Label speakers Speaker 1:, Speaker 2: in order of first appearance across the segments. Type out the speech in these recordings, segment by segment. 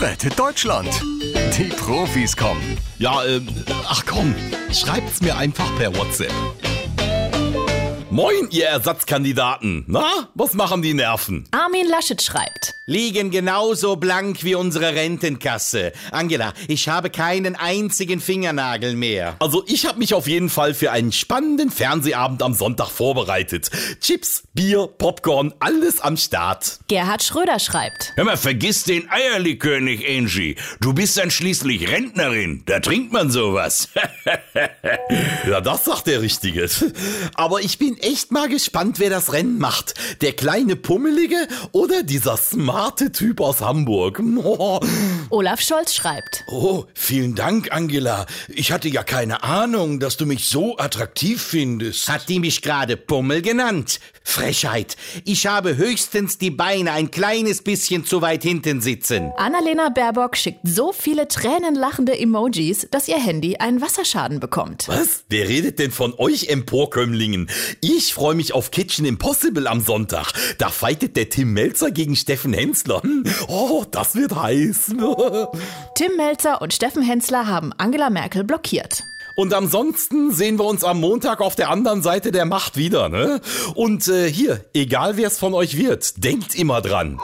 Speaker 1: rettet Deutschland. Die Profis kommen.
Speaker 2: Ja, ähm, ach komm, schreibt's mir einfach per WhatsApp. Moin, ihr Ersatzkandidaten. Na, was machen die Nerven?
Speaker 3: Armin Laschet schreibt.
Speaker 4: liegen genauso blank wie unsere Rentenkasse. Angela, ich habe keinen einzigen Fingernagel mehr.
Speaker 2: Also ich habe mich auf jeden Fall für einen spannenden Fernsehabend am Sonntag vorbereitet. Chips, Bier, Popcorn, alles am Start.
Speaker 3: Gerhard Schröder schreibt.
Speaker 5: Hör mal, vergiss den Eierlikörnig, Angie. Du bist dann schließlich Rentnerin. Da trinkt man sowas.
Speaker 2: Ja, das sagt der Richtige. Aber ich bin echt mal gespannt, wer das Rennen macht. Der kleine Pummelige oder dieser smarte Typ aus Hamburg? Oh,
Speaker 3: Olaf Scholz schreibt.
Speaker 4: Oh, vielen Dank, Angela. Ich hatte ja keine Ahnung, dass du mich so attraktiv findest. Hat die mich gerade Pummel genannt? Frechheit. Ich habe höchstens die Beine ein kleines bisschen zu weit hinten sitzen.
Speaker 3: Annalena Baerbock schickt so viele tränenlachende Emojis, dass ihr Handy einen Wasserschaden bekommt.
Speaker 2: was? Wer redet denn von euch Emporkömmlingen? Ich freue mich auf Kitchen Impossible am Sonntag. Da fightet der Tim Melzer gegen Steffen Hensler. Hm, Oh, das wird heiß.
Speaker 3: Tim Melzer und Steffen Hensler haben Angela Merkel blockiert.
Speaker 2: Und ansonsten sehen wir uns am Montag auf der anderen Seite der Macht wieder, ne? Und äh, hier, egal wer es von euch wird, denkt immer dran.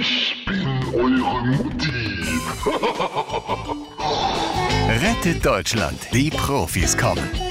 Speaker 6: Ich bin eure Mutti.
Speaker 1: Rettet Deutschland. Die Profis kommen.